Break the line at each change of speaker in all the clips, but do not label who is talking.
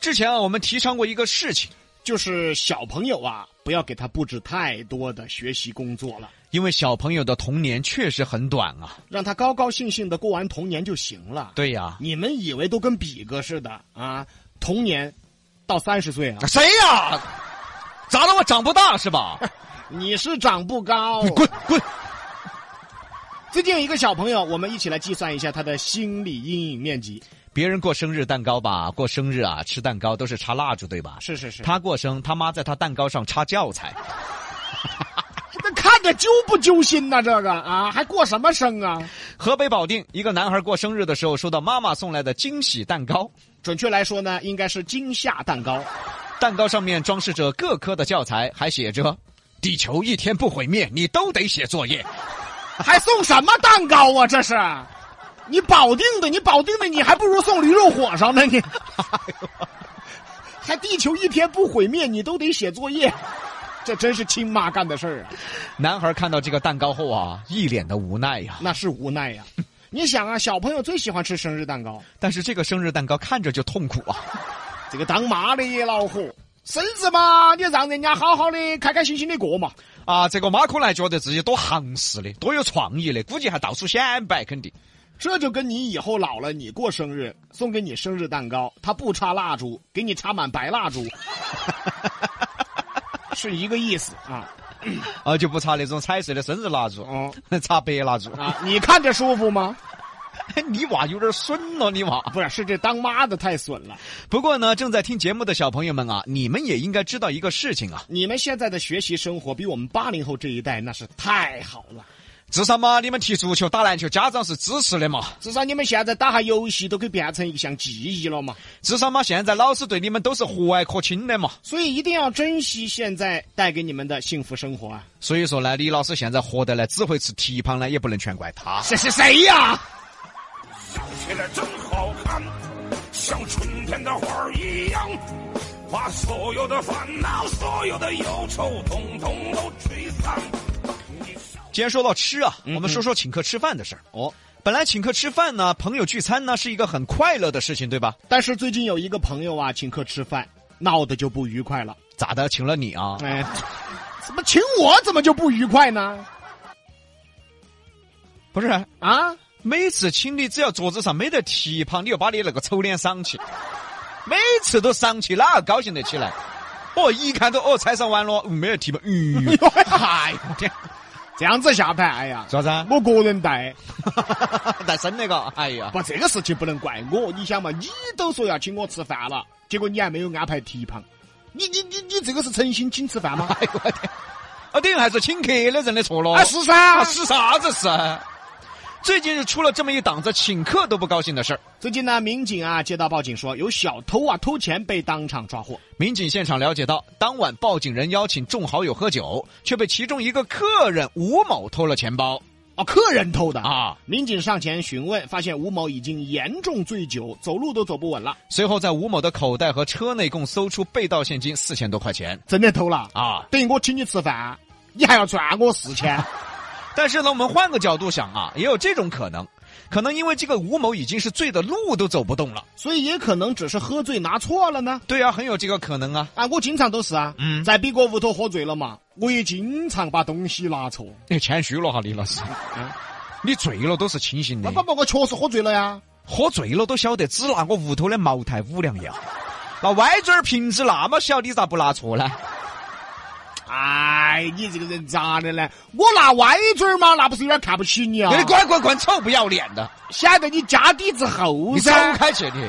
之前啊，我们提倡过一个事情，
就是小朋友啊，不要给他布置太多的学习工作了，
因为小朋友的童年确实很短啊。
让他高高兴兴的过完童年就行了。
对呀、
你们以为都跟比哥似的啊？童年到三十岁啊，
谁呀、咋了？我长不大是吧？
你是长不高。
滚滚！
最近有一个小朋友，我们一起来计算一下他的心理阴影面积。
别人过生日蛋糕吧，过生日啊，吃蛋糕都是插蜡烛对吧？
是是是，
他过生，他妈在他蛋糕上插教材。
这看着揪不揪心呐、这个啊，还过什么生啊？
河北保定一个男孩过生日的时候，收到妈妈送来的惊喜蛋糕，
准确来说呢，应该是惊吓蛋糕。
蛋糕上面装饰着各科的教材，还写着“地球一天不毁灭，你都得写作业
还送什么蛋糕啊？这是，你保定的，你保定的，你还不如送驴肉火烧呢，你。 还地球一天不毁灭，你都得写作业，这真是亲妈干的事儿啊！”。
男孩看到这个蛋糕后啊，一脸的无奈呀、
那是无奈呀、你想啊，小朋友最喜欢吃生日蛋糕，
但是这个生日蛋糕看着就痛苦啊。
这个当妈的也恼火。生日嘛，你让人家好好的、开开心心的过嘛。
啊，这个妈可能觉得自己多行势的，多有创意的，估计还到处显摆，肯定。
这就跟你以后老了，你过生日送给你生日蛋糕，他不插蜡烛，给你插满白蜡烛， 是一个意思啊。
啊，就不插那种彩色的生日蜡烛，
哦、
插白蜡烛。 哎
啊，你看着舒服吗？
你娃有点损了，你娃。
不是，是这当妈的太损了。
不过呢，正在听节目的小朋友们啊，你们也应该知道一个事情啊，
你们现在的学习生活比我们八零后这一代那是太好了，
至少嘛，你们踢足球、打篮球，家长是支持的嘛。
至少你们现在打下游戏都可以变成一项技艺了嘛。
至少嘛，现在老师对你们都是和蔼可亲的嘛。
所以一定要珍惜现在带给你们的幸福生活啊！
所以说呢，李老师现在活得呢，只会吃蹄膀呢，也不能全怪他。
谁谁谁呀、
笑起来真好看，像春天的花儿一样，把所有的烦恼、所有的忧愁，统统都吹散。你笑
今天说到吃啊，我们说说请客吃饭的事儿。
哦，
本来请客吃饭呢，朋友聚餐呢，是一个很快乐的事情，对吧？
但是最近有一个朋友啊，请客吃饭，闹得就不愉快了。
咋的，请了你啊？
哎，怎么请我怎么就不愉快呢？
不是，
啊，
每次请你只要桌子上没得蹄膀，你就把你那个丑脸赏起，每次都赏起，哪个高兴得起来？哦，一看都哦，菜上完了，嗯没得蹄膀，嗯， 哎呦天，
这样子下盘，哎呀，
啥子啊？
我个人带。
带生那个，哎呀，
不，这个事情不能怪我。你想嘛，你都说要请我吃饭了，结果你还没有安排蹄膀，你你你你这个是诚心请吃饭吗？
哎呦我天，啊，等于还是请客的人的错了。
啊，是噻
啊，。是啥子是？最近就出了这么一档子请客都不高兴的事儿。
最近呢，民警啊接到报警说有小偷啊偷钱被当场抓获。
民警现场了解到，当晚报警人邀请众好友喝酒，却被其中一个客人吴某偷了钱包
哦，客人偷的啊！
啊。
民警上前询问，发现吴某已经严重醉酒，走路都走不稳了，
随后在吴某的口袋和车内共搜出被盗现金四千多块钱
真的偷了！
啊。
等于我请你吃饭，你还要赚我四千，
但是呢，我们换个角度想啊，也有这种可能，可能因为这个吴某已经是醉的路都走不动了。
所以也可能只是喝醉拿错了呢。
对啊，很有这个可能啊。
啊，我经常都是啊，
嗯
在别个屋头喝醉了嘛，我也经常把东西拿错。
你哎谦虚了哈，李老师，你醉了都是清醒
那
的
不，不，我确实喝醉了呀。
喝醉了都晓得只拿我屋头的茅台五粮液。那歪嘴儿瓶子那么小，你咋不拿错呢？
哎，你这个人咋的呢？我拿歪嘴儿嘛，那不是有点看不起你啊？
你乖乖滚，臭不要脸的！
显得你家底子厚
你走
噻。
开去你！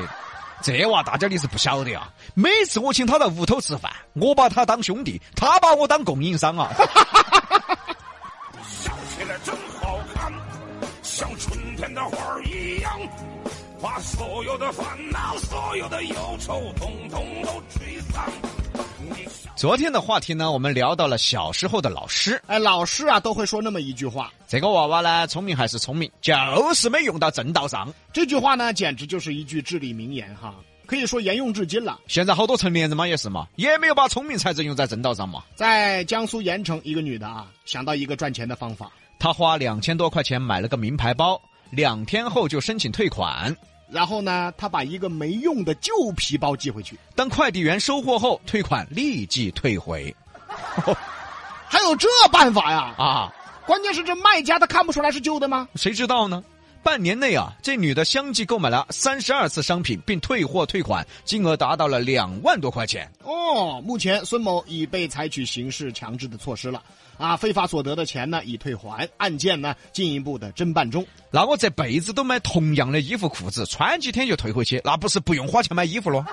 这娃大家你是不晓得啊！每次我请他到屋头吃饭，我把他当兄弟，他把我当供应商啊！
笑起来真好看，像春天的花儿一样，把所有的烦恼、所有的忧愁，统统都吹散。你笑。
昨天的话题呢，我们聊到了小时候的老师。
哎，老师啊，都会说那么一句话，
这个娃娃呢，聪明还是聪明，就是没用到正道上。
这句话呢，简直就是一句至理名言哈，可以说沿用至今了。
现在好多成年人嘛也是嘛，也没有把聪明才智用在正道上嘛。
在江苏盐城，一个女的啊，想到一个赚钱的方法，
他花两千多块钱买了个名牌包，两天后就申请退款。
然后呢，他把一个没用的旧皮包寄回去。
当快递员收货后，退款立即退回
还有这办法呀？
啊！
关键是这卖家他看不出来是旧的吗？
谁知道呢？半年内啊，这女的相继购买了三十二次商品，并退货退款，金额达到了两万多块钱。
哦，目前孙某已被采取刑事强制的措施了，啊，非法所得的钱呢已退还，案件呢进一步的侦办中。
那我这辈子都买同样的衣服裤子，穿几天就退回去，那不是不用花钱买衣服了？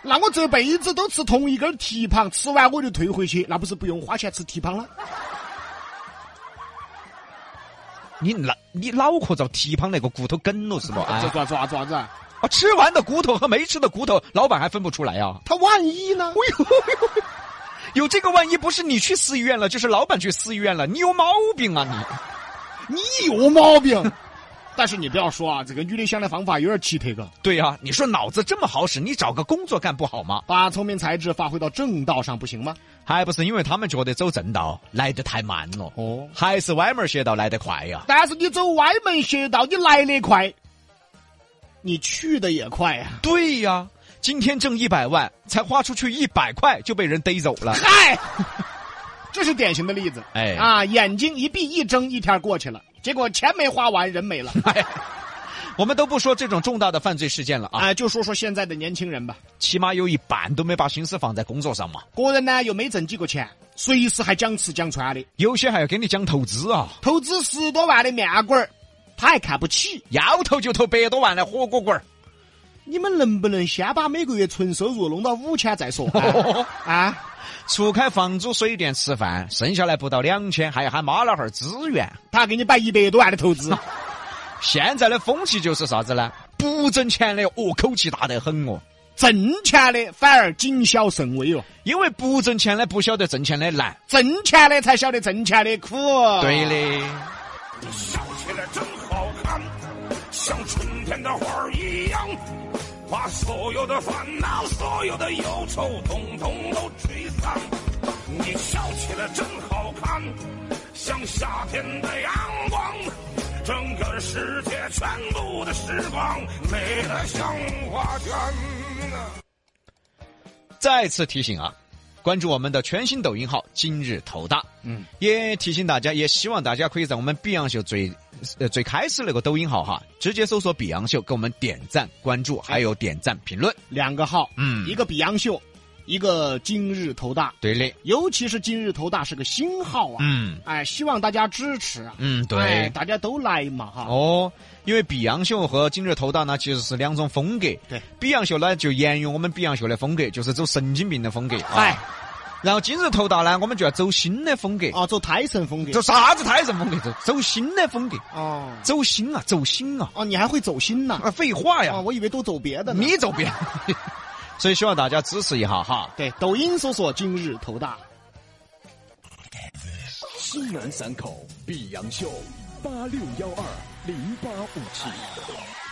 那我这辈子都吃同一根蹄膀，吃完我就退回去，那不是不用花钱吃蹄膀了？
你脑你脑壳遭蹄膀那个骨头梗了是不？
这
啊，
咋咋咋子啊？
啊吃完的骨头和没吃的骨头，老板还分不出来呀、
他万一呢？
有这个万一，不是你去私医院了，就是老板去私医院了。你有毛病啊你！
你有毛病！ 但是你不要说啊，这个女的想的方法有点奇特个，
对呀、你说脑子这么好使，你找个工作干不好吗？
把聪明才智发挥到正道上不行吗？
还不是因为他们觉得走正道来得太慢了，
哦，
还是歪门邪道来得快呀、
但是你走歪门邪道，你来得快，你去的也快 啊呀、
对呀、今天挣一百万，才花出去一百块就被人逮走了。
嗨，这是典型的例子。
哎
啊，眼睛一闭一睁，一天过去了，结果钱没花完，人没了。
我们都不说这种重大的犯罪事件了啊，
啊，就说说现在的年轻人吧，
起码有一半都没把心思放在工作上嘛。
个人呢又没挣几个钱，随时还讲吃讲穿的，
有些还要跟你讲投资啊，
投资十多万的面馆儿，他还看不起。
要投就投百多万的火锅馆儿。
你们能不能先把每个月纯收入弄到五千再 说？啊啊，
除开房租、水电、吃饭，剩下来不到两千，还要喊妈老汉儿支援。
他给你摆一百多万的 投资，
现在的风气就是啥子呢？不挣钱的哦，口气大得很哦。
挣钱的反而谨小慎微哦，
因为不挣钱的不晓得挣钱的难。
挣钱的才晓得挣钱的苦。哦
对的，
笑起来真好看，像春天的花儿一样，把所有的烦恼、所有的忧愁，统统都吹散。你笑起来真好看，像夏天的阳光，整个世界全部的时光美得像画卷啊。
再次提醒啊，关注我们的全新抖音号“今日头大”。嗯，也提醒大家，也希望大家可以在我们“碧昂秀最”呃最开始那个抖音号哈，直接搜索“碧昂秀”，给我们点赞、关注，还有点赞评论。
两个号，
嗯
一个比洋秀，一个今日头大，
对的，
尤其是今日头大是个新号啊，
嗯
哎，希望大家支持啊，
嗯，对。
哎，大家都来嘛哈，
哦，因为比洋秀和今日头大呢，其实是两种风格。
对，
比洋秀呢就沿用我们比洋秀的风格，就是走神经病的风格。
哎
啊，，然后今日头大呢，我们就要走新的风格，
啊，走泰森风格
走，啥子泰神风格？走走新的风格，
哦
走心啊，走心啊！
哦，你还会走心呐？
啊，废话
啊，
呀，
我以为都走别的呢。
你走遍。 所以希望大家支持一下哈。
对，抖音搜索“今日头大”。
西南三口碧阳秀，八六幺二零八五七。